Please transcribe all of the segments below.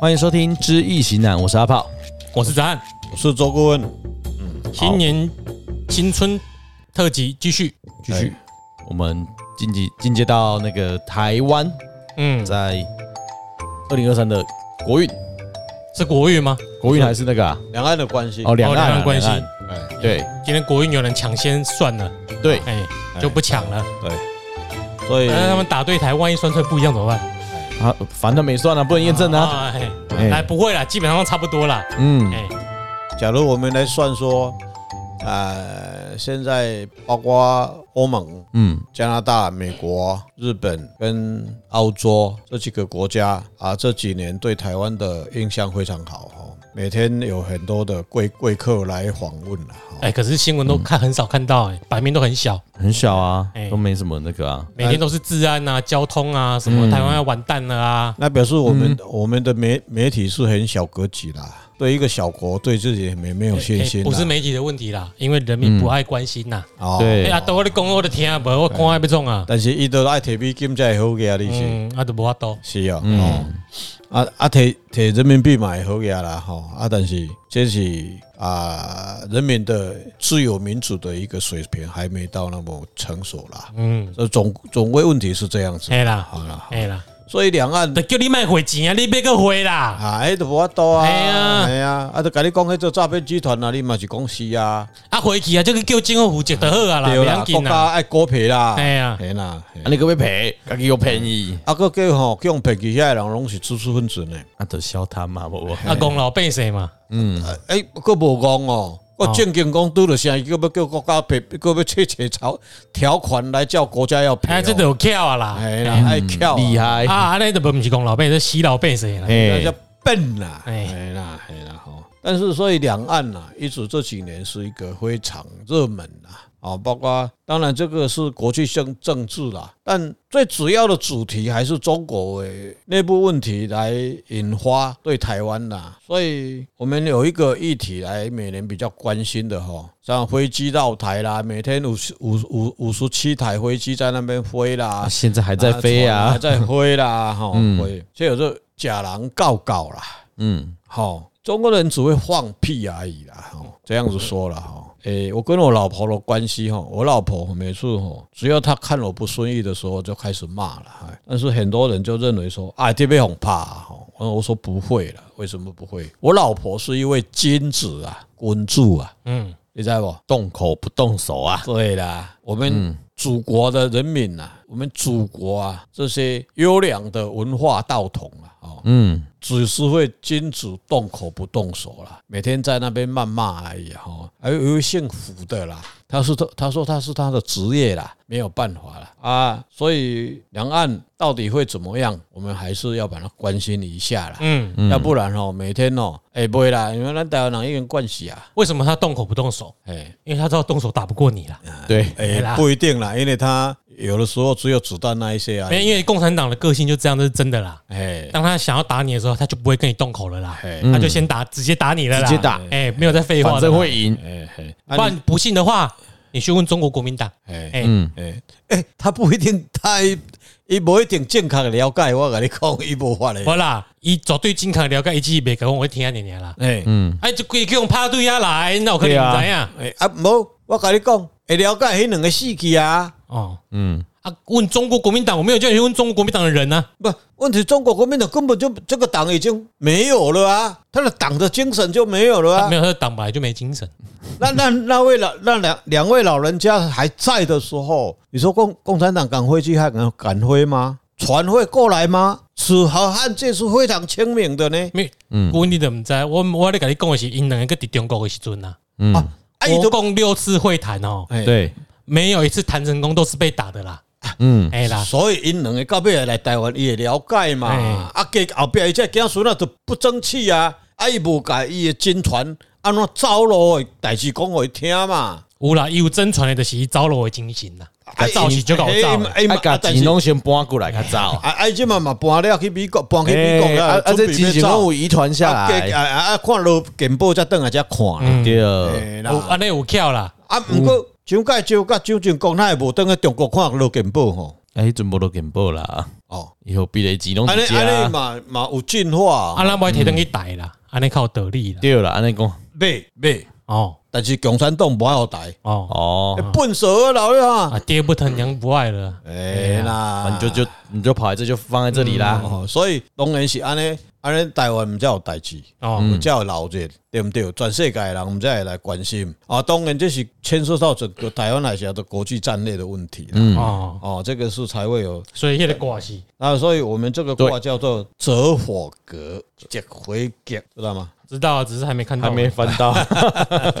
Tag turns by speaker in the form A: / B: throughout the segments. A: 欢迎收听《知易行难》，我是阿炮。
B: 我是子安，
C: 我是周顾问，
B: 新年新春特辑继续，
A: 继续，哎我们进阶进阶到那个台湾
B: 嗯，
A: 在二零二三的国运，
B: 是国运吗？
A: 国运还是那个啊？
C: 两岸的关系
A: 哦，两
B: 两
A: 岸啊
B: 岸关系
A: 两岸
C: 哎，
A: 对
B: 今天国运有人抢先算了，
A: 对，
B: 哎，就不抢了。
C: 哎所以
B: 但是他们打对台，万一算出来不一样怎么办？
A: 啊，反正没算啊，不能验证啊。
B: 啊，哎
A: 哎
B: 哎，不会啦，基本上都差不多啦。
A: 嗯，
B: 哎，
C: 假如我们来算说，呃，现在包括欧盟、
A: 嗯，
C: 加拿大、美国、日本跟澳洲这几个国家啊，这几年对台湾的印象非常好哦，每天有很多的贵贵客来访问了。哦
B: 哎，可是新闻都看很少看到，哎，版面都很小，
A: 很小啊
B: 哎，
A: 都没什么那个啊。
B: 每天都是治安啊、交通啊，什么台湾要完蛋了啊。
C: 那表示我们、我们的媒媒体是很小格局啦，对一个小国对自己也没没有信心
B: 哎
C: 啦，
B: 不是媒体的问题啦，因为人民不爱关心呐。
C: 哦
B: 哎
A: 对
B: 呀，都我咧讲我的天啊，无我讲爱要中啊。
C: 但是伊都爱提美金才会好个啊，你是。
B: 嗯，啊都无法度。
C: 是啊，
B: 嗯
C: 哦，啊啊，摕摕人民币嘛会好个啦，吼啊，但是这是啊，人民的自由民主的一个水平还没到那么成熟啦。
B: 嗯，
C: 这总总归问题是这样子，
B: 嘿啦，
C: 好啦，
B: 哎啦，
C: 所以两岸
B: 就叫你卖汇钱啊，你别个汇啦。
C: 啊，哎都无法度啊，
B: 嘿啊
C: 哎呀，啊，都甲你讲，迄做诈骗集团啊，你嘛是讲是啊，
B: 啊，回去啊，这个叫政府负责就好啊啦，
C: 对
B: 不
C: 啦
B: 要，
C: 国
B: 紧
C: 家
B: 啦。
C: 爱股票啦，
B: 哎呀，
C: 嘿啦，嘿
A: 啊，你可不可以赔？自己又便宜，
C: 啊，个叫吼，叫用骗去遐人拢是知识分子呢，
A: 啊，得消摊嘛，不不，
B: 啊，公老百姓嘛，
A: 嗯，
C: 哎，佫无讲哦，我正经讲拄着啥，佫要叫国家赔，佫要切切条条款来叫国家要赔、
A: 哦
C: 哦
B: 哎，这都，有巧啊啦，
C: 哎啦，爱跳啊
A: 嗯厉，害
B: 啊，，啊，那都不是公老百姓，是死老百姓啦。
C: 那
A: 哎
C: 叫，笨啦，
B: 哎
C: 哎啦，哎啦吼。但是所以两岸呐、啊，一直这几年是一个非常热门啊。啊，包括当然这个是国际性政治啦，但最主要的主题还是中国的内部问题来引发对台湾啦，所以我们有一个议题来每年比较关心的哈，像飞机绕台啦，每天五十五五五十七台飞机在那边飞啦
A: 啊，现在还在飞
C: 船还
A: 啊，
C: 在 飞啦，哈，
A: 嗯
C: 飞，所以有时候假狼告告啦，
A: 嗯，
C: 好，中国人只会放屁而已啦，哦，这样子说了哈。诶、我跟我老婆的关系哈，我老婆每次哈，只要她看我不顺意的时候，就开始骂了。哎但是很多人就认为说，啊，这边很怕哈、哦。我我说不会了，为什么不会？我老婆是一位君子啊，君主啊，
B: 嗯，
C: 你知道不？
A: 动口不动手啊，
C: 对啦，我们祖国的人民呐、啊，我们祖国啊，这些优良的文化道统啊，哦，
A: 嗯，
C: 只是会君子动口不动手啦，每天在那边谩骂而已哈、哦。还有有姓胡的啦，他是他他说他是他的职业啦，没有办法啦啊，所以两岸到底会怎么样，我们还是要把它关心一下啦，
B: 嗯，
C: 要不然哦，每天哦，哎不会啦，因为咱台湾人已经惯死啊，
B: 为什么他动口不动手？
C: 哎。
B: 因为他知道动手打不过你啦。
A: 对，
C: 哎、
B: 对啦
C: 不一定啦，因为他有的时候只有子弹那一些啊。
B: 没，因为共产党的个性就这样，这是真的啦。
C: 哎
B: 当他想要打你的时候，他就不会跟你动口了啦，
C: 哎
B: 他就先打，直接打你了啦。
A: 直接打
B: 哎，没有在废话的啦。
A: 反正会赢，
C: 哎哎，
B: 不然不信的话，你去问中国国民党。
C: 哎
B: 哎，
A: 嗯，
C: 哎哎，他不一定，他伊无一定正确的了解，我跟你讲，伊无法嘞。
B: 无啦，伊绝对健康了解，伊只是袂讲我会听你尔啦。
C: 哎
B: 哎，就规叫拍对啊来，那有可能唔知影
C: 哎啊，无，我跟你讲，会了解迄两个死去啊。
B: 哦
A: 嗯，
B: 啊！问中国国民党，我没有叫你去问中国国民党的人啊。
C: 不，问题中国国民党根本就这个党已经没有了啊，他的党的精神就没有了
B: 啊
C: 啊
B: 没。有，他的党本来就没精神。
C: 那那那位老那两两位老人家还在的时候，你说共共产党敢飞机还敢敢飞吗？船会过来吗？楚河汉界是非常清明的呢。
B: 没，我你都唔知，我我咧跟你讲的是，因两个伫中国的时阵呐，
A: 嗯，
C: 啊，啊，伊
B: 我
C: 都
B: 共六次会谈哦，
C: 哎，
A: 对，
B: 没有一次谈成功，都是被打的啦。
A: 嗯，
B: 哎啦，
C: 所以因两个到尾来台湾，伊会了解嘛
B: 哎。
C: 啊，给后壁伊这囝孙啊，都不争气啊，啊，伊无解伊的军团安怎走路的代志讲互伊听嘛。
A: 啊
B: 有啦，伊有真传的，就是伊走路的精神啦，造是就搞造的。
C: 啊哎
A: 啊，把
C: 但
A: 钱
C: 是
A: 拢先搬过来较早。
C: 啊，啊，即嘛嘛搬了去美国，搬去美国
A: 啊
C: 啦，
A: 啊！
C: 准
A: 这
C: 备
A: 金
C: 要
A: 钱
C: 走
A: 拢有遗传下
C: 啊给
A: 来，
C: 啊啊啊！看路警报才等来才看啦。
B: 嗯，
A: 对，
C: 嘿啦
B: 有安尼有巧啦，
C: 啊，毋过蒋介石甲蒋经国那也无等去中国看路警报吼。
A: 啊哎，迄阵无落警报啦，
C: 啊哦，
A: 以后避雷集拢
C: 安尼
A: 嗯是啊
C: 安尼
A: 家。
C: 嘛嘛有进化
B: 啊，
C: 啊，
B: 咱不要提灯去逮啦，安尼靠得力啦。
A: 对了，安尼讲
C: 买买，
B: 哦
C: 但是共产党无爱好台，
B: 哦
A: 哦，
C: 欸笨蛇老了
B: 啊
C: 啊，，
B: 爹不疼娘不爱了。
C: 哎啦，
A: 反正就就啊你就跑来这就放在这里啦。
C: 哦，所以当然是安尼，安尼台湾毋才有代志，
B: 哦，
A: 嗯
C: 毋才有闹热，对毋对？全世界的人毋才会来关心啊。当然这是牵涉到整个台湾海峡的国际战略的问题啦。
A: 嗯
B: 哦，
C: 哦，这个是才会有，
B: 所以迄个挂是
C: 那所以我们这个
A: 对
C: 卦叫做折火格，折回格，知道吗？
B: 知道，只是还没看到，
A: 还没翻到，
C: 嗯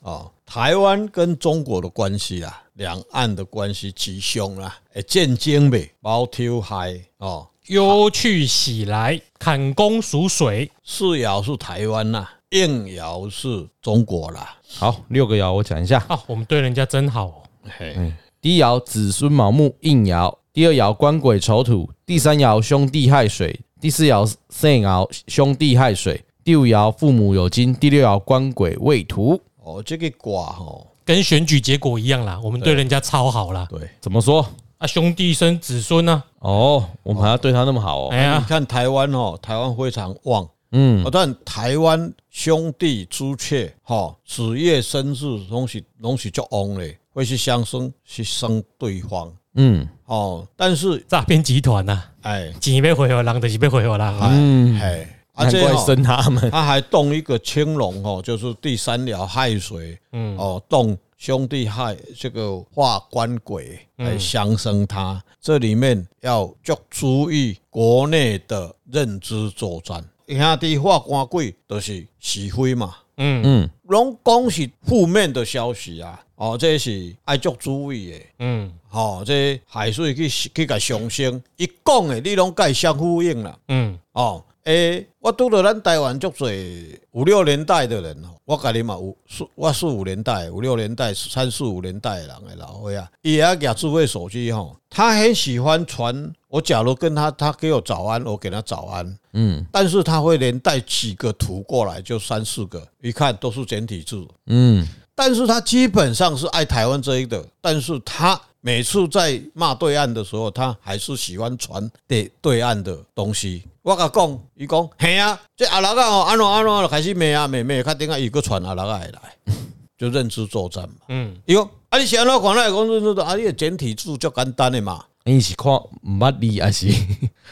C: 哦，台湾跟中国的关系啊，两岸的关系吉凶啦，诶，见经呗，包丢海哦，
B: 忧去喜来，坎宫属水。
C: 四爻是台湾啦，应爻是中国啦，
A: 好，六个爻我讲一下。
B: 啊，我们对人家真好哦。
C: 嘿，
A: 第一爻子孙卯木应爻，第二爻官鬼丑土，第三爻兄弟亥水，第四爻肾爻兄弟亥水，第五爻父母有金，第六爻官鬼未土。
C: 哦，这个卦哦，
B: 跟选举结果一样啦，我们对人家超好啦，
C: 对，
A: 怎么说？
B: 啊，兄弟生子孙呢，
A: 哦，我们还要对他那么好哦。
B: 哎
C: 你
B: 呀，
C: 看台湾哦，台湾非常旺。
A: 嗯，
C: 哦，但台湾兄弟朱雀，吼、子夜生日拢是拢是足旺嘞，会去相生去生对方，
A: 嗯
C: 哦，但是
B: 诈骗集团呐，
C: 哎
B: 钱要回合人就是要回合人啊，
A: 嗯，
C: 哎，啊
A: 难
C: 这
A: 怪
C: 哦，
A: 生他 们。
C: 他还动一个青龙哦，就是第三爻亥水，嗯，哦，动兄弟亥这个化官鬼来相生他，这里面要足注意国内的认知作战，兄弟化官鬼就是是非嘛。
B: 嗯，
A: 嗯，
C: 拢讲是负面的消息啊，哦，这是爱足注意的，
B: 嗯
C: 哦，这海水去去甲上升，伊讲的你拢甲伊相呼应啦，
B: 嗯，
C: 哦，诶、我拄着咱台湾足侪五六年代的人哦，我家己嘛有四，我四五年代、五六年代、三四五年代的人的老伙啊，伊也举智慧手机吼，他很喜欢传。我假如跟他，他给我早安，我给他早安，
A: 嗯
C: 但是他会连带几个图过来，就三四个，一看都是简体字。
A: 嗯，
C: 但是他基本上是爱台湾这一的，但是他每次在骂对岸的时候，他还是喜欢传对对岸的东西。我甲讲，伊讲，嘿啊，这阿拉啊哦，安怎安怎就开始骂啊骂骂，较顶啊又个传阿拉个的来，就认知作战嘛。
B: 嗯，
C: 伊讲，啊你是安怎看来讲认知作战，啊你的简体字足简单的嘛，
A: 你是看唔捌字还是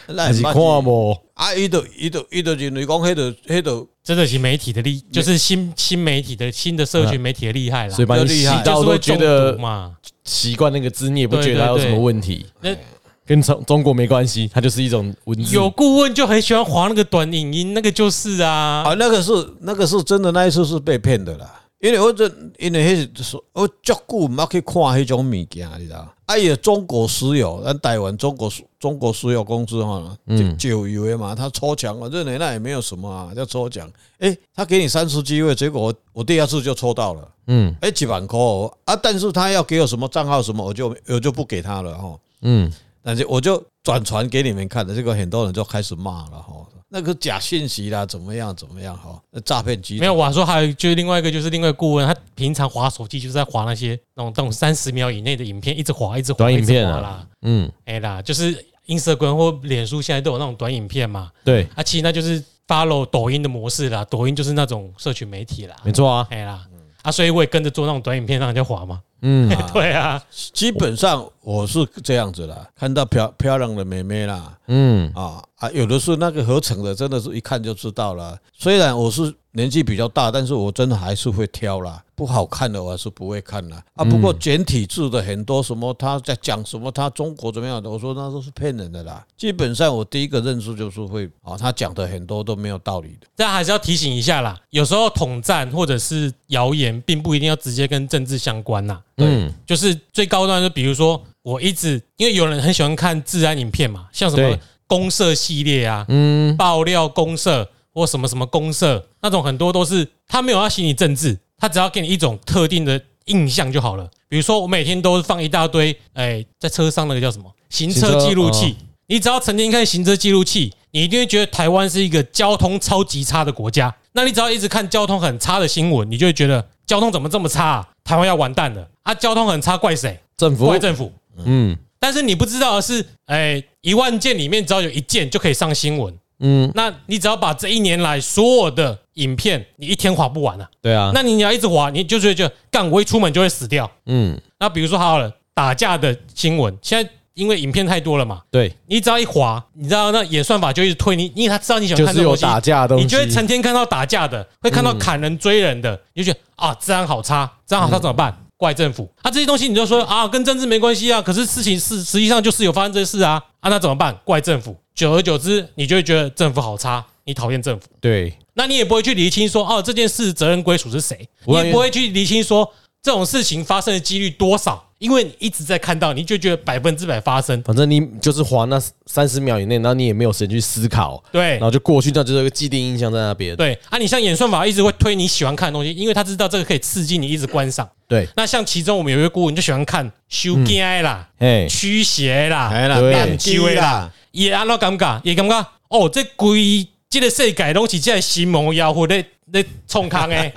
C: 那
A: 还是看无？
C: 啊伊就伊就伊就认为讲迄个迄个
B: 真的是媒体的厉，就是新新媒体的新的社
A: 啊
B: 群媒体的厉害啦
A: 所以，把你
C: 比
A: 洗
C: 较厉害
A: 到
B: 就是
A: 都
B: 会
A: 觉
B: 中
A: 得
B: 毒嘛，
A: 习惯那个字，你也不觉得它有什么问题，
B: 那
A: 跟中中国没关系，它就是一种文字。
B: 有顾问就很喜欢划那个短影音，那个就是啊，
C: 啊，那个是那个是真的，那一次是被骗的啦。因为我这因为迄是我足久毋捌去看迄种物件，你知道？啊，伊的中国石油，咱台湾中国石中国石油公司哈，就九油的嘛，他抽奖，我认为那也没有什么啊，叫抽奖。诶，他给你三次机会，结果我我第二次就抽到了，
A: 嗯
C: 诶，几万块哦啊！但是他要给我什么账号什么，我就我就不给他了哈。
A: 嗯，
C: 但是我就转传给你们看的，这个很多人就开始骂了哈，那个假信息啦，怎么样怎么样哈，那诈骗集
B: 没
C: 团
B: 有，我说还有就是另外一个就是另外一个顾问，他平常划手机就是在划那些那种那种三十秒以内的影片，一直划一直划
A: 短
B: 一
A: 影
B: 直
A: 片
B: 划
A: 啊
B: 啦，
A: 嗯，
B: 哎啦，就是 Instagram 或脸书现在都有那种短影片嘛，
A: 对，
B: 啊，其实那就是 follow 抖音的模式啦，抖音就是那种社群媒体啦，
A: 没错啊。
B: 哎啦，啊，所以我也跟着做那种短影片让人家滑嘛，
A: 嗯，
B: 对啊，
C: 基本上我是这样子啦，看到漂漂亮的妹妹啦，
A: 嗯，
C: 啊啊，有的是那个合成的，真的是一看就知道了。虽然我是年纪比较大，但是我真的还是会挑啦，不好看的我还是不会看啦。啊，不过
B: 嗯
C: 简体字的很多什么他在讲什么，他中国怎么样的，我说那都是骗人的啦。基本上我第一个认识就是会啊，他讲的很多都没有道理的。
B: 但还是要提醒一下啦，有时候统战或者是谣言，并不一定要直接跟政治相关呐，
A: 嗯，
B: 就是最高端的，比如说我一直因为有人很喜欢看治安影片嘛，像什么
A: 对
B: 公社系列啊，
A: 嗯，
B: 爆料公社或什么什么公社那种，很多都是他没有要洗你政治，他只要给你一种特定的印象就好了。比如说，我每天都放一大堆，哎、在车上那个叫什么行车哦记录器，你只要曾经看行车记录器，你一定会觉得台湾是一个交通超级差的国家。那你只要一直看交通很差的新闻，你就会觉得交通怎么这么差、啊，台湾要完蛋了啊！交通很差，怪谁？
A: 政府
B: 怪，政府。
A: 嗯，
B: 但是你不知道的是，哎，一万件里面只要有一件就可以上新闻。
A: 嗯，
B: 那你只要把这一年来所有的影片，你一天划不完啊。
A: 对啊，
B: 那你要一直划，你就觉得就干，我一出门就会死掉。
A: 嗯，
B: 那比如说好了，打架的新闻，现在因为影片太多了嘛，
A: 对，
B: 你只要一滑，你知道那演算法就一直推你，因为他知道你喜欢
A: 就
B: 看
A: 是
B: 这
A: 有
B: 东西，
A: 打架的东西，嗯
B: 你就会成天看到打架的，会看到砍人、追人的，你就觉得啊，治安好差，治安好差怎么办？怪政府啊，这些东西你就说啊，跟政治没关系啊，可是事情是实际上就是有发生这些事啊，啊，那怎么办？怪政府，久而久之，你就会觉得政府好差，你讨厌政府。
A: 对，
B: 那你也不会去厘清说，哦，这件事责任归属是谁，
A: 不
B: 你
A: 会
B: 也不会去厘清说这种事情发生的几率多少，因为你一直在看到，你就觉得百分之百发生。
A: 反正你就是滑那三十秒以内，然后你也没有时间去思考，
B: 对
A: 然后就过去，那就是有一个既定印象在那边。
B: 对啊，你像演算法一直会推你喜欢看的东西，因为他知道这个可以刺激你一直观赏。
A: 对，
B: 那像其中我们有一个顾问就喜欢看修改啦、
A: 哎，
B: 驱邪啦、
C: 嗯哎啦，
A: 对
C: 蛋
B: 机
C: 鸡
B: 会啦
C: 啦，，
B: 也安怎感觉，也感觉哦，这规这个世界拢是这心魔妖或咧咧创空 诶，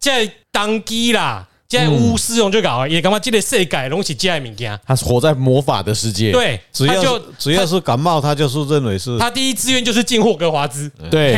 B: 这当机啦，这巫师用就搞，也感觉这个世界拢是这物件。
A: 他活在魔法的世界。
B: 对，
C: 只
B: 他
C: 嗯要
B: 就是
C: 只要是感冒，他就是认为是
B: 他第一志愿就是进霍格华兹，
A: 对，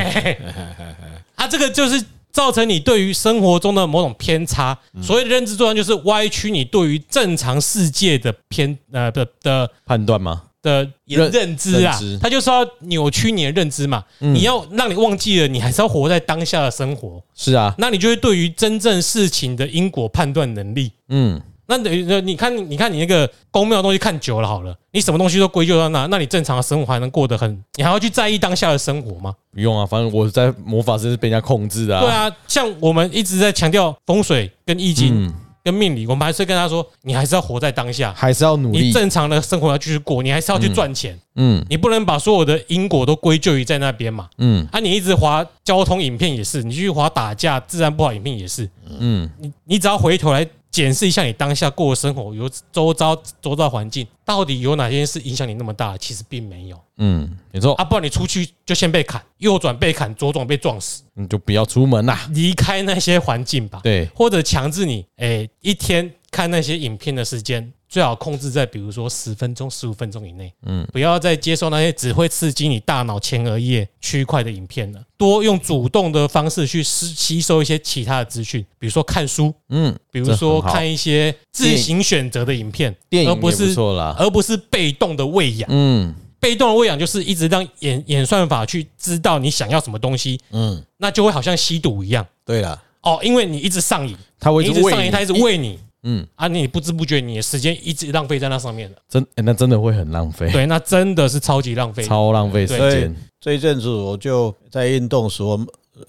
B: 啊，这个就是造成你对于生活中的某种偏差。
A: 嗯
B: 所谓的认知作用，就是歪曲你对于正常世界的偏呃的的
A: 判断吗？
B: 的
A: 认
B: 认知啊
A: 认知，嗯
B: 他就是要扭曲你的认知嘛。你要让你忘记了，你还是要活在当下的生活，
A: 是啊，
B: 那你就会对于真正事情的因果判断能力。
A: 嗯，
B: 那等于说，你看，你看你那个公庙的东西看久了好了，你什么东西都归咎到那，那你正常的生活还能过得很，你还要去在意当下的生活吗？
A: 不用啊，反正我在魔法真是被人家控制的、啊。
B: 对，啊，像我们一直在强调风水跟易经
A: 嗯，
B: 跟命理，我们还是跟他说，你还是要活在当下，
A: 还是要努
B: 你
A: 力。
B: 正常的生活要继续过，你还是要去赚钱，
A: 嗯
B: 你不能把所有的因果都归咎于在那边嘛。
A: 嗯
B: 啊，你一直滑交通影片也是，你去滑打架、治安不好影片也是，
A: 嗯，
B: 你你只要回头来检视一下你当下过的生活，有周遭周遭环境到底有哪些是影响你那么大的，其实并没有
A: 嗯，没错，
B: 啊，不然你出去就先被砍，右转被砍，左转被撞死，
A: 你就不要出门啦。
B: 离开那些环境吧，
A: 对，
B: 或者强制你，哎、一天看那些影片的时间。最好控制在比如说十分钟、十五分钟以内，嗯，不要再接受那些只会刺激你大脑前额叶区块的影片了。多用主动的方式去吸吸收一些其他的资讯，比如说看书，
A: 嗯，
B: 比如说
A: 这很好
B: 看一些自行选择的影片，
A: 电影
B: 而
A: 也不
B: 不是呃
A: 错啦。
B: 而不是被动的喂养。
A: 啊嗯，
B: 被动的喂养就是一直让演演算法去知道你想要什么东西，
C: 嗯，
B: 那就会好像吸毒一样
C: 对了，
B: 哦，因为你一直上瘾，
A: 他会
B: 你一
A: 一直
B: 直上
A: 喂
B: 瘾，它一直
A: 你，
B: 喂你
A: 嗯，
B: 啊，你不知不觉你的时间一直浪费在那上面了。
A: 真、欸那真的会很浪费，
B: 对，那真的是超级浪费。
A: 超浪费时
C: 对
A: 间。
C: 这一阵子我就在运动时候，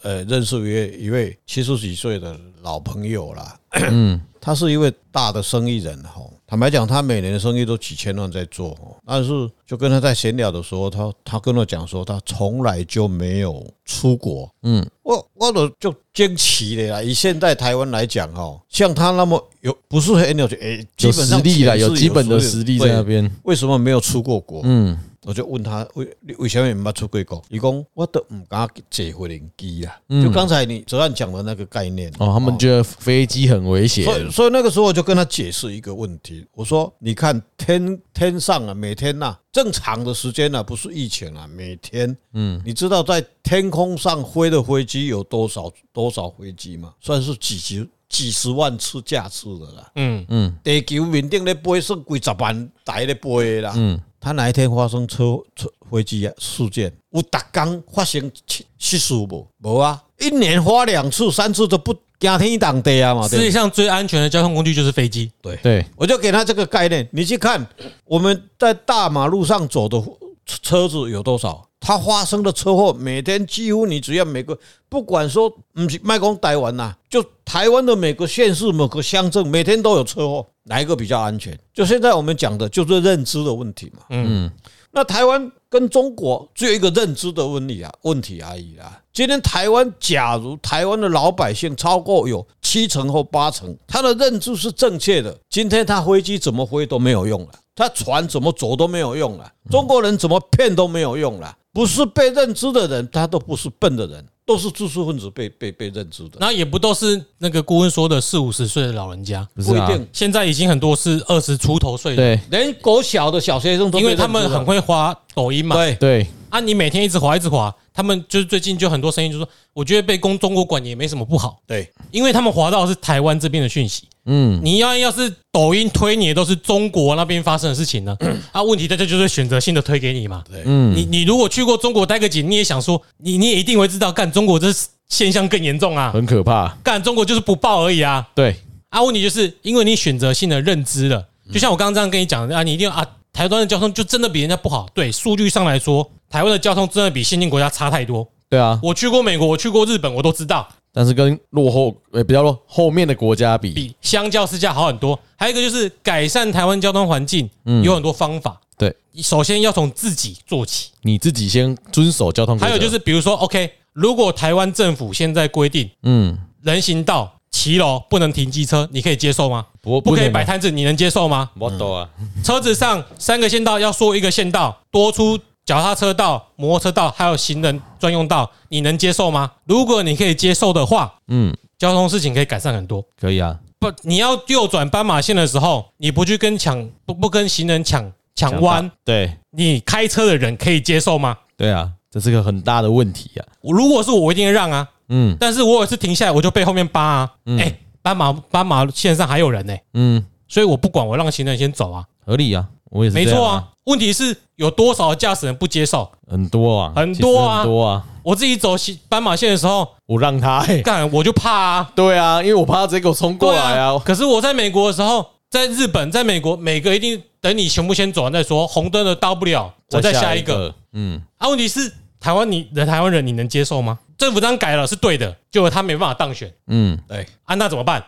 C: 呃，认识一位一位七十几岁的老朋友啦。
A: 嗯
C: 他是一位大的生意人哈，坦白讲，他每年的生意都几千万在做哦。但是就跟他在闲聊的时候，他他跟我讲说，他从来就没有出国。
A: 嗯，
C: 我我都就惊奇了啦！以现在台湾来讲哦，像他那么有不是很有钱，诶，基
A: 有
C: 本
A: 实
C: 上
A: 力啦，
C: 钱是
A: 有基本的
C: 实
A: 实力在
C: 对
A: 那边。
C: 为什么没有出过国？
A: 嗯，
C: 我就问他为你为什么没出过国？伊讲我都唔敢坐回人机啦。
A: 嗯
C: 就刚才你哲岸讲的那个概念
A: 哦，他们觉得飞机很危险。
C: 所以，所以那个时候我就跟他解释一个问题，我说：“你看天天上啊，每天呐、正常的时间呢、不是疫情啊，每天，嗯，你知道在天空上飞的飞机有多少多少飞机吗？算是几十几十万次架次的啦。
B: 嗯，
A: 嗯
C: 地球面顶咧飞算几十万台咧飞的啦。
A: 嗯，
C: 他哪一天发生车车飞机啊事件？有逐工发生失失事无？无啊，一年发两次、三次都不惊天动地啊嘛，
B: 世
C: 对
B: 界
C: 不对？
B: 上最安全的交通工具就是飞机。
C: 对。
A: 对，
C: 我就给他这个概念，你去看我们在大马路上走的车车子有多少？它发生的车祸，每天几乎你只要每个，不管说不是卖光台湾呐、就台湾的每个县市、某个乡镇，每天都有车祸，哪一个比较安全？就现在我们讲的就是认知的问题嘛。
B: 嗯
C: 那台湾跟中国只有一个认知的问题啊，问题而已啦。今天台湾，假如台湾的老百姓超过有七成或八成，他的认知是正确的，今天他飞机怎么飞都没有用了。他船怎么走都没有用了，
B: 嗯
C: 中国人怎么骗都没有用了。不是被认知的人，他都不是笨的人，都是知识分子被被被认知的。
B: 那也不都是那个顾问说的四五十岁的老人家，
A: 不是啊
C: 不一定
B: 现在已经很多是二十出头岁的，
A: 对
C: 连国小的小学生都被
B: 因为
C: 认知
B: 他
C: 了
B: 们很会滑抖音嘛，
C: 对
A: 对，
B: 啊，你每天一直滑一直滑，他们就是最近就很多声音就说，我觉得被公中国管也没什么不好，
C: 对
B: 因为他们滑到的是台湾这边的讯息，
A: 嗯，
B: 你要要是抖音推你的都是中国那边发生的事 情呢，啊，问题在这就是选择性的推给你嘛，
C: 对，
A: 嗯，
B: 你你如果去过中国待个几年，你也想说，你你也一定会知道，干中国这现象更严重啊，
A: 很可怕。
B: 干中国就是不报而已啊，
A: 对，
B: 啊，问题就是因为你选择性的认知了，
A: 嗯
B: 就像我刚刚这样跟你讲的啊，你一定要啊，台湾的交通就真的比人家不好。对，数据上来说，台湾的交通真的比先进国家差太多。
A: 对啊，
B: 我去过美国，我去过日本，我都知道，
A: 但是跟落后呃比较落后面的国家比，
B: 比相较之下好很多。还有一个就是改善台湾交通环境，有很多方法。
A: 嗯对，
B: 首先要从自己做起。
A: 你自己先遵守交通规则。
B: 还有就是，比如说，OK，如果台湾政府现在规定
A: 嗯，
B: 人行道、骑楼不能停机车，你可以接受吗？
A: 不啊
B: 不可以摆，摊子，你能接受吗？
A: 我懂啊。
B: 车子上三个县道要说一个县道，多出脚踏车道、摩托车道，还有行人专用道，你能接受吗？如果你可以接受的话，
A: 嗯，
B: 交通事情可以改善很多。
A: 可以啊，
B: 不，你要右转斑马线的时候，你不去跟抢不不跟行人抢抢弯，
A: 对
B: 你开车的人可以接受吗？
A: 对啊，这是个很大的问题啊。
B: 我如果是我，我一定会让啊。
A: 嗯
B: 但是我有一次停下来，我就被后面扒啊，哎，斑马斑马线上还有人呢、
A: 嗯，
B: 所以我不管，我让行人先走啊，
A: 合理啊，我也是。
B: 没错，啊。问题是有多少驾驶人不接受？
A: 很多啊，
B: 很多啊
A: 其实很多啊，
B: 我自己走行斑马线的时候，
A: 我让他欸。
B: 干我就怕啊，
A: 对啊，因为我怕他直接给我冲过来啊。
B: 可是我在美国的时候，在日本，在美国，每个一定等你全部先走完再说，红灯的到不了，我再下一个。，
A: 嗯，
B: 啊，问题是台湾你的台湾人你能接受吗？政府这样改了是对的，结果他没办法当选
A: 嗯，
C: 对
B: 啊，那怎么办？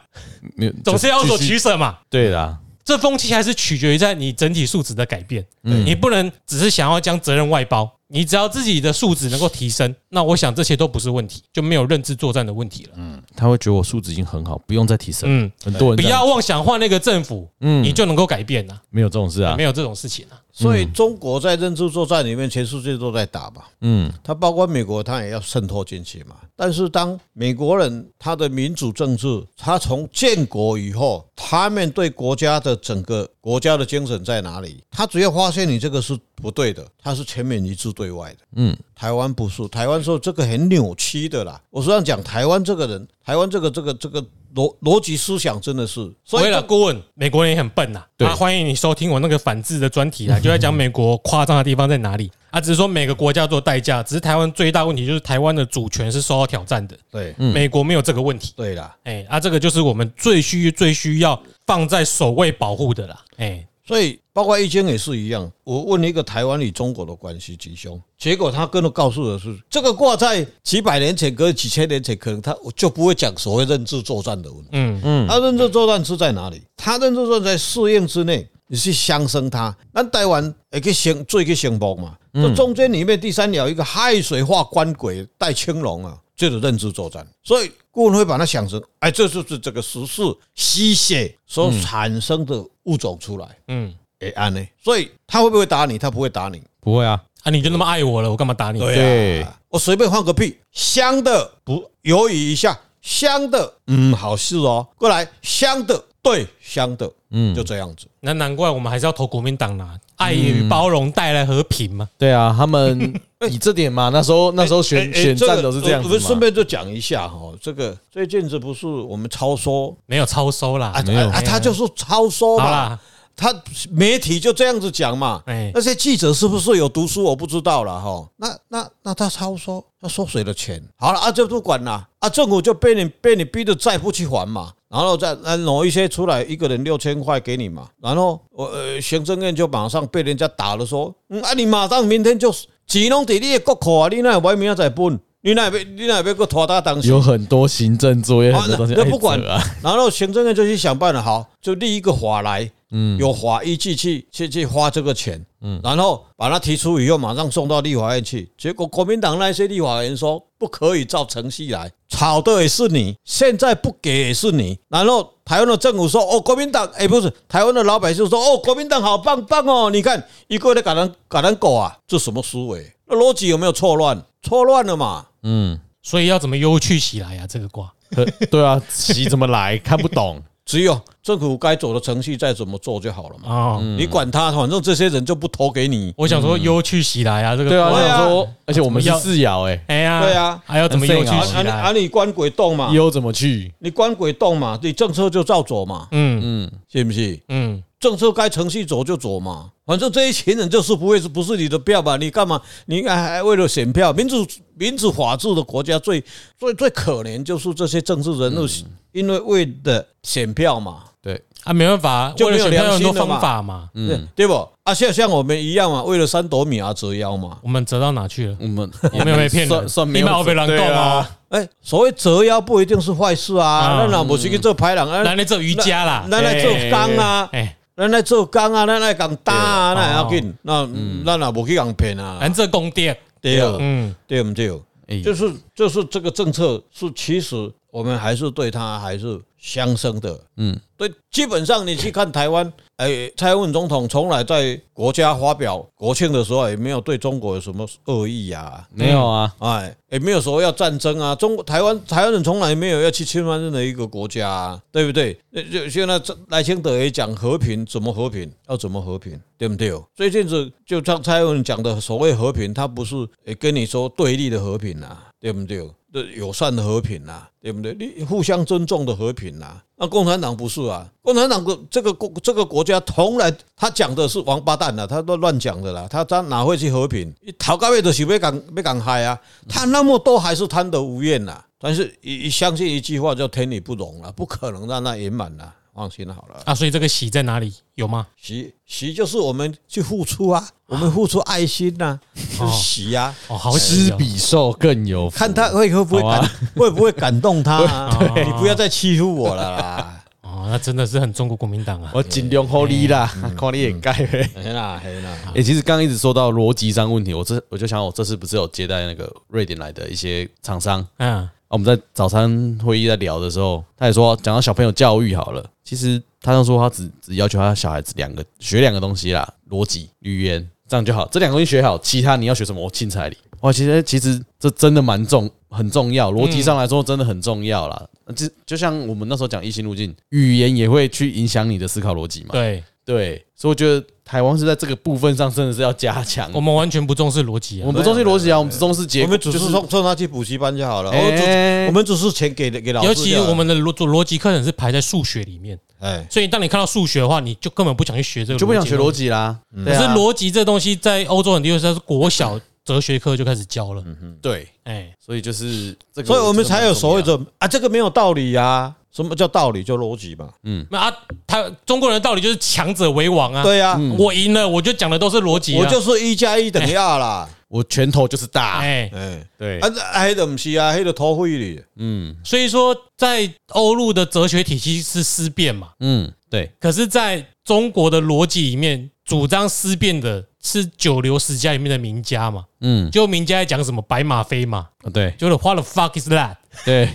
A: 没有
B: 总是要有所取舍嘛。
A: 对啦，
B: 这风气还是取决于在你整体素质的改变，
A: 嗯
B: 你不能只是想要将责任外包，你只要自己的素质能够提升，那我想这些都不是问题，就没有认知作战的问题了。
A: 他会觉得我素质已经很好，不用再提升。
B: 嗯，
A: 很多人
B: 不
A: 这样
B: 要妄想换那个政府，
A: 嗯
B: 你就能够改变呐、
A: 没有这种事啊
B: 没。有这种事情啊。
C: 所以中国在认知作战里面，全世界都在打嘛。
A: 嗯，
C: 它包括美国，它也要渗透进去嘛。但是当美国人他的民主政治，他从建国以后，他们对国家的整个国家的精神在哪里？他只要发现你这个是不对的，他是全面一致对外的。
A: 嗯，
C: 台湾不是，台湾说这个很扭曲的啦。我实际上讲，台湾这个人，台湾这个这个这个逻逻辑思想真的是，所
B: 为
C: 以
B: 了顾问，美国人也很笨呐、
A: 对
B: 啊，欢迎你收听我那个反制的专 题啦，就在讲美国夸张的地方在哪里啊，只是说每个国家做代价，只是台湾最大问题就是台湾的主权是受到挑战的，
C: 对
B: 美国没有这个问题。
C: 对啦。
B: 哎、啊，这个就是我们最需最需要放在首位保护的啦。哎、
C: 所以包括易经也是一样。我问一个台湾与中国的关系吉凶，结果他跟我告诉我是这个卦在几百年前跟几千年前，可能他就不会讲所谓认知作战的问题。
B: 嗯
C: 嗯，他认知作战是在哪里？他认知作战在适应之内，你去相生它。咱台湾也去相做一个相搏嘛。这中间里面第三爻一个亥水化官鬼带青龙啊，就是认知作战。所以顾问会把它想成，哎，这就是这个时事吸血所产生的物种出来。
B: 嗯，
C: 诶，安呢？所以他会不会打你？他不会打你。
A: 不会啊，
B: 啊，你就那么爱我了，我干嘛打你？
A: 对
C: 啊，我随便放个屁，香的不犹豫一下，香的嗯好事哦，过来香的对香的，嗯，就这样子。
B: 那难怪我们还是要投国民党
C: 嗯
B: 啦，爱与包容带来和平嘛。
A: 对啊，他 们以这点嘛，那时
C: 哎
A: 候那时候选
C: 诶
A: 选战都是这样
C: 我们
A: 子
C: 顺
A: 嘛。
C: 便就讲一下哈，这个最近这不是我们超收
B: 没有超收啦
C: 啊，，
A: 没有
C: 啊，啊他就是超收
B: 好
C: 嘛，
B: 啦，
C: 他媒体就这样子讲嘛，
B: 哎
C: 那些记者是不是有读书？我不知道了哈。那那那他超收，他收谁的钱？好了啊，就不管了啊，政府就被你被你逼的债不去还嘛，然后再呃挪一些出来，一个人六千块给你嘛，然后我呃行政院就马上被人家打了说，嗯啊，你马上明天就钱拢在你的国库啊，你那买明仔载分，你那要你那要搁拖大当时
A: 有很多行政作业，很多东西
C: 那
A: 爱
C: 不管
A: 扯啊，
C: 然后行政院就去想办法，好，就立一个法来，嗯，有法依据去去去花这个钱，嗯，然后把它提出以后，马上送到立法院去。结果国民党那些立法员说不可以照程序来，吵的也是你，现在不给也是你。然后台湾的政府说哦，国民党哎、不是台湾的老百姓说哦，国民党好棒棒哦，你看一个在搞人搞人狗啊，这什么思维？那逻辑有没有错乱？错乱了嘛？
A: 嗯，
B: 所以要怎么忧去喜来啊？这个卦
A: 呵 对啊，棋怎么来看不懂，
C: 只有政府该走的程序再怎么做就好了嘛。
B: 啊，
C: 你管他，反正这些人就不投给你。
B: 我想说忧去喜来啊，这个
A: 嗯对啊，我
C: 对
B: 卦
C: 啊
A: 想说，而且我们是
B: 要
A: 四爻哎，
B: 哎呀，
C: 对啊
B: 还要怎么忧去
A: 很
C: 啊
B: 喜
C: 啊你
B: 来
C: 啊！？你关鬼洞嘛，
A: 优怎么去？
C: 你关鬼洞嘛，你政策就照走嘛，
B: 嗯
A: 嗯，
C: 是不是？
B: 嗯，
C: 政策该程序走就走嘛，反正这一群人就是不会是不是你的票嘛，你干嘛？你还还为了选票？民主民主法治的国家最最最可怜就是这些政治人物，因为为了选票嘛，
A: 对，
B: 啊，没办法，
C: 就
B: 为
C: 没
B: 了
C: 有
B: 选票有很多
C: 良心了
B: 方
C: 嘛
B: 法嘛，
C: 对对不？啊，像像我们一样嘛，为了三斗米而啊折腰嘛。
B: 我们折到哪去了？
A: 我们
B: 我们有被骗
A: 算
B: 人，
A: 算没有
B: 你把我被乱
A: 对
B: 告
A: 啊
B: 啊！
C: 哎、所谓折腰不一定是坏事啊，
B: 啊
C: 咱若不是去做排啊人，
B: 咱
C: 咱
B: 来做瑜伽啦，
C: 咱来做工啊
B: 哎，
C: 咱来做工啊，咱来共打啊，
B: 对
C: 那要紧，那咱若无去共骗啊
B: 哎，咱做功殿，
C: 对
B: 嗯，
C: 对不对？
A: 哎
C: 就是就是这个政策是，其实我们还是对它还是相生的。
A: 嗯，
C: 对，基本上你去看台湾，哎，蔡英文总统从来在国家发表国庆的时候，也没有对中国有什么恶意啊。
A: 没有啊，
C: 哎，也没有说要战争啊，中国台湾台湾人从来没有要去侵犯任何一个国家、啊，对不对？那就现在这赖清德也讲和平，怎么和平？要怎么和平？对不对？哦最近子就像蔡英文讲的所谓和平，他不是也跟你说对立的和平啊，对不对？这友善的和平啊，对不对？你互相尊重的和平啊，那共产党不是啊？共产党国这个国这个国家从来他讲的是王八蛋啊，他都乱讲的啦，他他哪会去和平？头到尾都是要讲要讲害啊，他那么多还是贪得无厌呐、但是一一相信一句话叫天理不容啊了、不可能让他圆满了，放心好了。
B: 啊，所以这个喜在哪里？有吗？
C: 习习就是我们去付出啊，我们付出爱心呐、就是习呀、啊。
B: 哦，好喜
A: 施
B: 哦，
A: 比受更有福，
C: 看他会会不会
A: 好
C: 感
A: 啊
C: 会不会感动他、啊
B: 对？
C: 你不要再欺负我了啦！
B: 哦，那真的是很中国国民党啊，
A: 我尽量好你啦，看你掩盖呗。
C: 黑啦黑啦，
A: 哎嗯 哎，其实刚刚一直说到逻辑上问题，我这我就想，我这次不是有接待那个瑞典来的一些厂商，
B: 嗯，
A: 啊，我们在早餐会议在聊的时候，他也说讲到小朋友教育好了，其实他就说他只只要求他小孩子两个学两个东西啦，逻辑、语言这样就好，这两个东西学好，其他你要学什么我钦彩你。哇，哦其实其实这真的蛮重，很重要，逻辑上来说真的很重要啦。就就像我们那时候讲异性路径，语言也会去影响你的思考逻辑嘛。
B: 对
A: 对，所以我觉得台湾是在这个部分上真的是要加强。
B: 我们完全不重视逻辑
A: 哦我
B: 啊
A: 们，不重视逻辑啊，我们只重视结
C: 我
A: 果，
C: 们只是送送他去补习班就好了。我
A: 哎
C: 们只我们只是钱给给老师
B: 尤
C: 就好了。
B: 其我们的逻逻辑课程是排在数学里面，
C: 哎，
B: 所以当你看到数学的话，你就根本不想去学这个，
A: 就不想学逻。辑啊啦。
B: 可
A: 可
C: 啊
B: 是逻辑这东西在欧洲很多地方是国小哲学课就开始教了，
C: 嗯
A: 对。
B: 哎，
A: 所以就是这个，
C: 所以我们才有所谓
A: 的
C: 的啊，这个没有道理呀、什么叫道理？就逻辑嘛。
B: 那啊，他中国人的道理就是强者为王啊，
C: 对呀、嗯
B: 我赢了，我就讲的都是逻辑啊，
C: 我就是一加一等于二啦。
A: 我拳头就是大，
B: 哎，
C: 哎，
A: 对
C: 啊，，迄个不是啊，迄个土匪哩。
A: 嗯
B: 所以说在欧陆的哲学体系是思辨嘛，
A: 嗯，对，
B: 可是在中国的逻辑里面，主张思辨的是九流十家里面的名家嘛，
A: 嗯哦
B: 就名家在讲什么白马非马，
A: 对
B: 就是 what the fuck is that？
A: 对，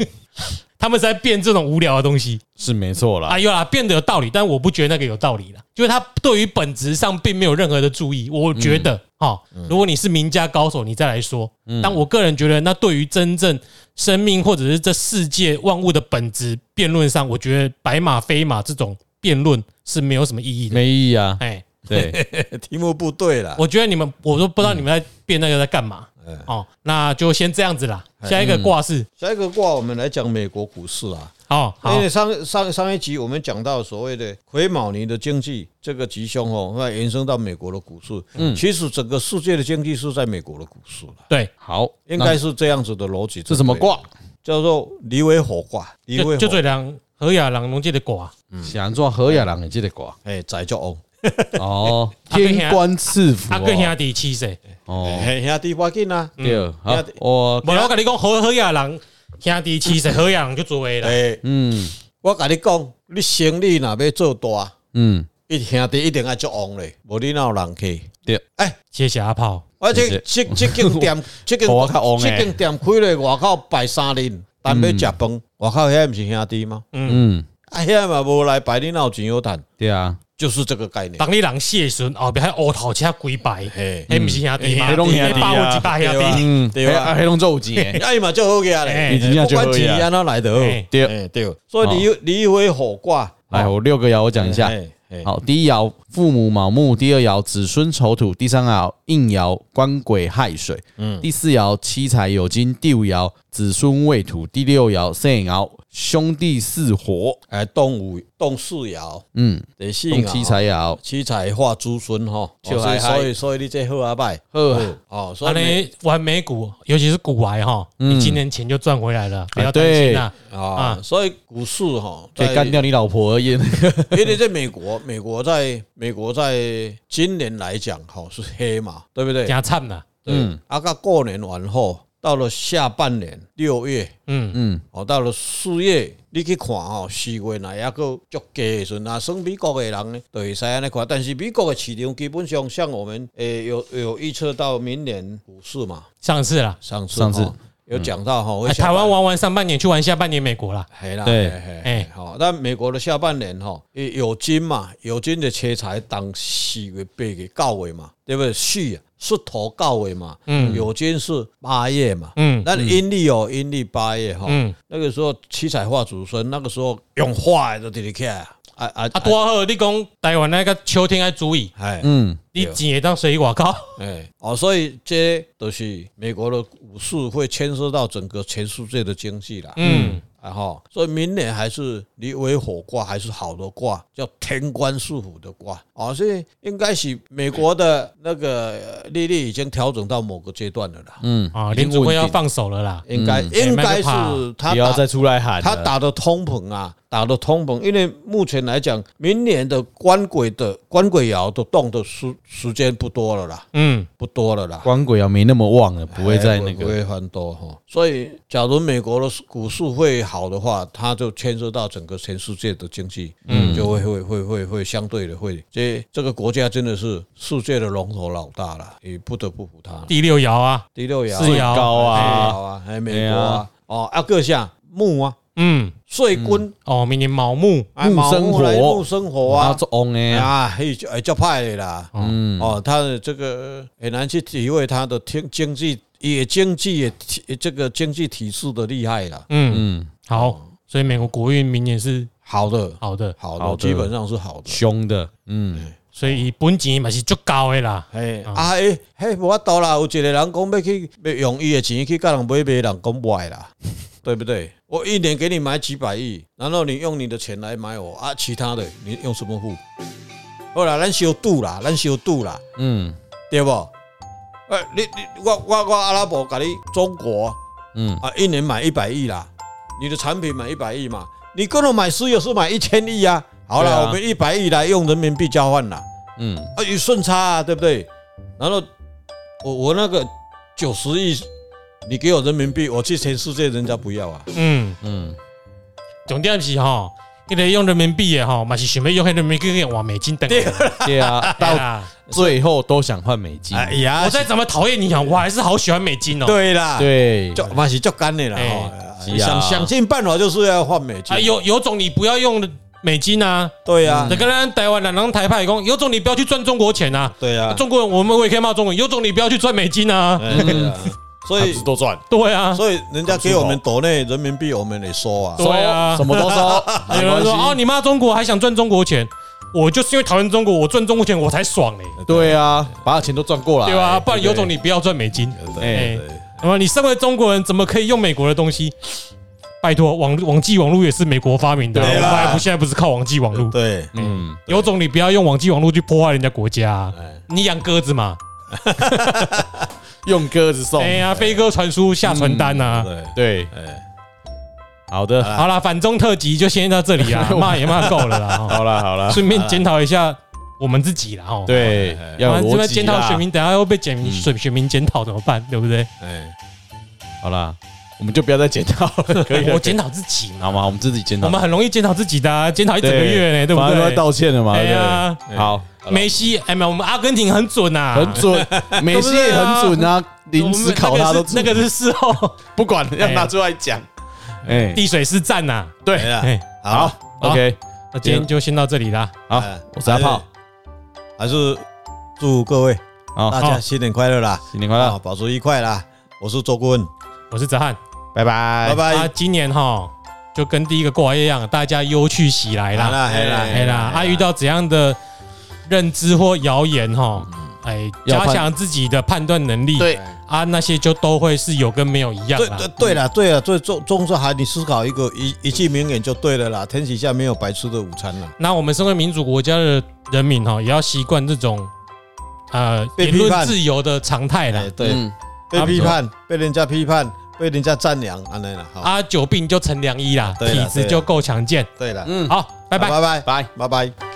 B: 他们是在辩这种无聊的东西
A: 是没错
B: 啊，
A: 啦，
B: 有啦，辩的有道理，但我不觉得那个有道理啦，就是他对于本质上并没有任何的注意。我觉得哈，如果你是名家高手，你再来说，但我个人觉得，那对于真正生命或者是这世界万物的本质辩论上，我觉得白马非马这种辩论是没有什么意义的。
A: 没意义啊，
B: 哎，
A: 对，
C: 题目不对啦。
B: 我觉得你们，我都不知道你们在变那个在干嘛、
C: 嗯
B: 哦，那就先这样子啦。下一个卦是
C: 下一个卦我们来讲美国股市啊，
B: 哦，好
C: 因为上上上一集我们讲到所谓的癸卯年的经济这个吉凶哦，那延伸到美国的股市，嗯，其实整个世界的经济是在美国的股市了，
B: 对，
A: 好，
C: 应该是这样子的逻辑。
A: 嗯是什么？卦？
C: 叫做离为火卦，离为
B: 就就
C: 火，
B: 这两和雅郎龙界的卦，
A: 想做何亚郎的这个卦
C: 哎，宰叫翁。
A: 哦，
B: 啊跟
A: 天官赐福
B: 他啊跟
A: 哦
B: 兄弟七岁。
A: 哦，嗯
C: 嘿兄弟，我紧啊，
A: 对，好
C: 兄弟，
A: 我
B: 没有我跟你讲，和和雅郎兄弟七岁，和雅郎就做的啦。
C: 哎，
A: 嗯
C: 我跟你讲，你生意若要做大，
A: 嗯
C: 一一兄弟一定爱足旺嘞，无你哪有人去？
B: 接下炮，
C: 而且
A: 谢
C: 这这间店，这间
A: 给我较旺
C: 这
A: 的
C: 间店开咧外口摆三年，但要食饭，外口遐毋是兄弟吗？
A: 嗯，
C: 啊，遐嘛无来摆，你哪有钱好趁？
A: 对啊，
C: 就是这个概念。
B: 当你人死的时阵，后边还乌头车几排，
C: 嘿，哎
B: 迄毋是兄弟嘛，
D: 嘿拢兄弟啊
B: 八五一百兄
C: 对啊
B: 弟，
A: 嗯，
C: 对啊
A: 黑龙做有 钱的，
C: 哎嘛就好个咧，
B: 嘿
D: 真正
C: 不
D: 就好
C: 管
D: 个
C: 钱
D: 啊，
C: 安怎来得好。
B: 嘿
A: 对
C: 嘿哎对，所以你你会火哎卦，
A: 来，我六个爻我讲一下。
C: 嘿，嘿
A: 好，第一爻父母卯木，第二爻子孙丑土，第三爻应爻官鬼亥水，嗯，第四爻七财酉金，第五爻子孙未土，第六爻肾爻兄弟巳火，
C: 哎，动五动四爻，
A: 嗯，
C: 第四
A: 动
C: 爻哦
A: 七财爻，
C: 七彩化诸孙吼，哦
A: 笑
C: 所
A: 嗨
C: 以
A: 嗨
C: 所以所以你这好阿拜，
A: 好啊
C: 哦，所
B: 安
C: 以你
B: 尼玩美股，尤其是股癌哈，你今年钱就赚回来了，不要担
A: 对
B: 心啦。
C: 啊，所以股市哈，
A: 可以
C: 在
A: 干掉你老婆而已。
C: 因为在美国， 美国在美国在今年来讲哈是黑嘛，对不对？
B: 加惨啦，
A: 嗯
C: 嗯，啊，到过年完后，到了下半年六月
B: 嗯，
A: 嗯，
C: 哦，到了四月，你去看吼，四月那也够足低的时阵，啊，算美国的人呢，就会使安尼看。但是美国的市场基本上像我们诶、有有预测到明年股市嘛，
B: 上次啦，
C: 上次
A: 上次
C: 吼有讲到哦哈，会
B: 哎
C: 下
B: 台
C: 半
B: 湾玩完上半年，去玩下半年美国啦。
C: 系啦，
A: 对
C: 哎
B: 哎，
C: 好，但美国的下半年哈，诶有金嘛，有金的切财当四月、八月、九月嘛，对不对？序啊，是头九月嘛，嗯，有金是八月嘛，
B: 嗯
C: 那阴历哦，阴历八月哈，
B: 嗯，
C: 那个时候七彩化祖孙，那个时候用化的都直直起来啊，啊啊
B: 啊，多好！你讲台湾那个秋天还足以，
C: 哎，
A: 嗯，
B: 你钱会当水外口，
C: 哎，哦，所以这都是美国的股市会牵涉到整个全世界的经济啦。
B: 嗯，
C: 然后，啊所以明年还是离为火卦还是好的卦，叫天官赐福的卦哦，所以应该是美国的那个呃利率已经调整到某个阶段了啦。
A: 嗯
B: 啊，
A: 已经
B: 林主会要
A: 稳定
B: 放手了啦。
C: 应该
D: 嗯哎
C: 应该是他
D: 不要
C: 打
D: 再出来喊
C: 他
D: 了。
C: 打的通膨啊，打的通膨，因为目前来讲，明年的官鬼的官鬼爻的动的时时间不多了啦，
B: 嗯，
C: 不多了啦。
A: 官鬼爻没那么旺了，不会在那
C: 哎不
A: 个
C: 会翻多哈。所以，假如美国的股市会好的话，它就牵涉到整个全世界的经济，嗯，就会会会会会相对的会，这这个国家真的是世界的龙头老大了，也不得不服它。
B: 第六爻啊，
C: 第六爻啊
B: 四爻
D: 高啊，
C: 好啊，还有美
A: 对
C: 国
A: 啊
C: 啊，哦啊各项木啊，
B: 嗯，
C: 税君
B: 哦，明年卯木，
C: 啊
A: 木
C: 茅
A: 生
C: 木来
A: 火
C: 木生火
A: 啊，
C: 啊。
A: 做翁哎，
C: 啊，嘿，就哎叫派的啦，
A: 嗯，
C: 哦，他的这个很难去体会他的经经济也经济也体这个经济体制的厉害啦。
B: 嗯，
A: 嗯，
B: 好，所以美国国运明年是
C: 好的，
B: 好的，
C: 好
A: 好
C: 的，
A: 的
C: 基本上是好的。
A: 凶的，嗯，
B: 所以本钱嘛是足高的啦。
C: 哎啊哎嘿，无法度啦，有一个人讲要去要用伊的钱去甲人买卖，人讲坏啦，对不对？我一年给你买几百亿，然后你用你的钱来买我啊，其他的你用什么付？好啦，咱小赌啦，咱小赌啦。
A: 嗯，
C: 对不？哎、你你我我我阿拉伯给你中国，
A: 嗯
C: 啊，一年买一百亿啦，你的产品买一百亿嘛，你跟我买石油是买一千亿啊，好
A: 对
C: 了，
A: 啊
C: 我们一百亿来用人民币交换啦，
A: 嗯，
C: 啊，有顺差啊，对不对？然后我我那个九十亿，你给我人民币，我去全世界人家不要啊，
B: 嗯，
A: 嗯，
B: 重点是吼，迄个用人民币的吼，嘛是想要用迄人民币去换美金等。对
A: 对啊，到
B: 啦，
A: 最后都想换美金，
C: 哎呀
B: 我，再怎么讨厌你啊，我还是好喜欢美金哦。，
C: 对啦，，
A: 对，
C: 就嘛是就干的啦，
B: 哎
C: 哦
A: 是啊
C: 想想尽办法就是要换美
B: 啊，
C: 金，
B: 有有种你不要用美金啊，
C: 对呀
B: 你，跟咱台湾人、咱台派讲，有种你不要去赚中国钱啊。
C: 对呀，
B: 中国人我们我也可以骂中国人，有种你不要去赚美金啊。
C: 哎对啊所
D: 还
C: 以
D: 不是多赚，
B: 对啊，
C: 所以人家给我们岛内人民币，我们得收啊。
B: 对啊
A: 什么都收，
B: 有
A: 没关
B: 人
A: 系
B: 说哦，你骂中国还想赚中国钱，我就是因为讨厌中国，我赚中国钱我才爽嘞，
A: 对啊，把钱都赚过来，
B: 对啊吧？不然有种你不要赚美金，
A: 哎
B: 哎，那么你身为中国人，怎么可以用美国的东西？拜托，网网际网络也是美国发明的，啊我
C: 对啦
B: 们还不现在不是靠网际网络？
C: 对，
A: 嗯，
B: 有种你不要用网际网络去破坏人家国家啊，你养鸽子嘛？
A: 用鸽子送，
B: 哎呀，飞鸽传书下传单呐。
C: 对，
A: 对，
C: 哎，
A: 好的，
B: 好啦，反中特辑就先到这里啊，骂也骂够了啦，哈
D: 好了好 了，
B: 顺便检讨一下我们自己啦，哦。
A: 对
C: 哎，
A: 要有
B: 这
A: 逻
B: 边
A: 辑
B: 检讨
A: 啦嗯
B: 选民，等下又被检民选选民检讨怎么办？对不对？
C: 哎，
A: 好啦，我们就不要再检讨 了，可以了
B: 哎我检讨自己嘛，
A: 好吗？我们自己检讨，
B: 我们很容易检讨自己的、啊，检讨一整个月呢，对不
A: 反正都在
B: 对？
A: 道歉了嘛，
B: 哎
A: 对不
B: 呀，
A: 对？好，
B: 梅西，哎没有，我们阿根廷很准呐、啊，
A: 很 准，梅西也很准啊，
B: 我
A: 临
B: 们
A: 时考他都
B: 那个是那个是事 后
A: 不管，要
B: 哎
A: 拿出来讲。哎，
B: 滴水是战呐、
C: 对
A: 啊
C: 了，
B: 哎，
A: 好，OK，
B: 那今天就先到这里啦，
A: 好，我是阿炮，
C: 还是祝各位大
A: 好，
C: 家新年快乐啦，
A: 新年快
C: 啊，
A: 乐，
C: 保持愉快啦。我是周顾问，
B: 我是泽汉。
A: 拜拜
C: 拜。拜
B: 啊，。今年哈就跟第一个过来一样，大家忧去喜来
C: 好
B: 啦，
C: 啦，嘿啦，
B: 哎啦，啊，遇到怎样的认知或谣言哈，
C: 嗯
B: 哎，
A: 要
B: 加
A: 判
B: 强自己的判断能力，
A: 对
B: 啊，那些就都会是有跟没有一样
C: 对
B: 啦
C: 对。对了，对了，最终终是还你思考一个一一句名言就对了啦，天底下没有白吃的午餐啦。
B: 那我们身为民主国家的人民哈，也要习惯这种呃
C: 被
B: 言
C: 批
B: 论
C: 判
B: 自由的常态啦
C: 哎，。对，
A: 嗯
C: 被批判，被人家批判，被人家赞扬，安内啦。好，
B: 啊，久病就成良医啦，
C: 对啦
B: 体质就够强健。
C: 对了，
A: 嗯，
B: 好，拜拜。
C: 拜拜，
A: 拜。
C: 拜拜。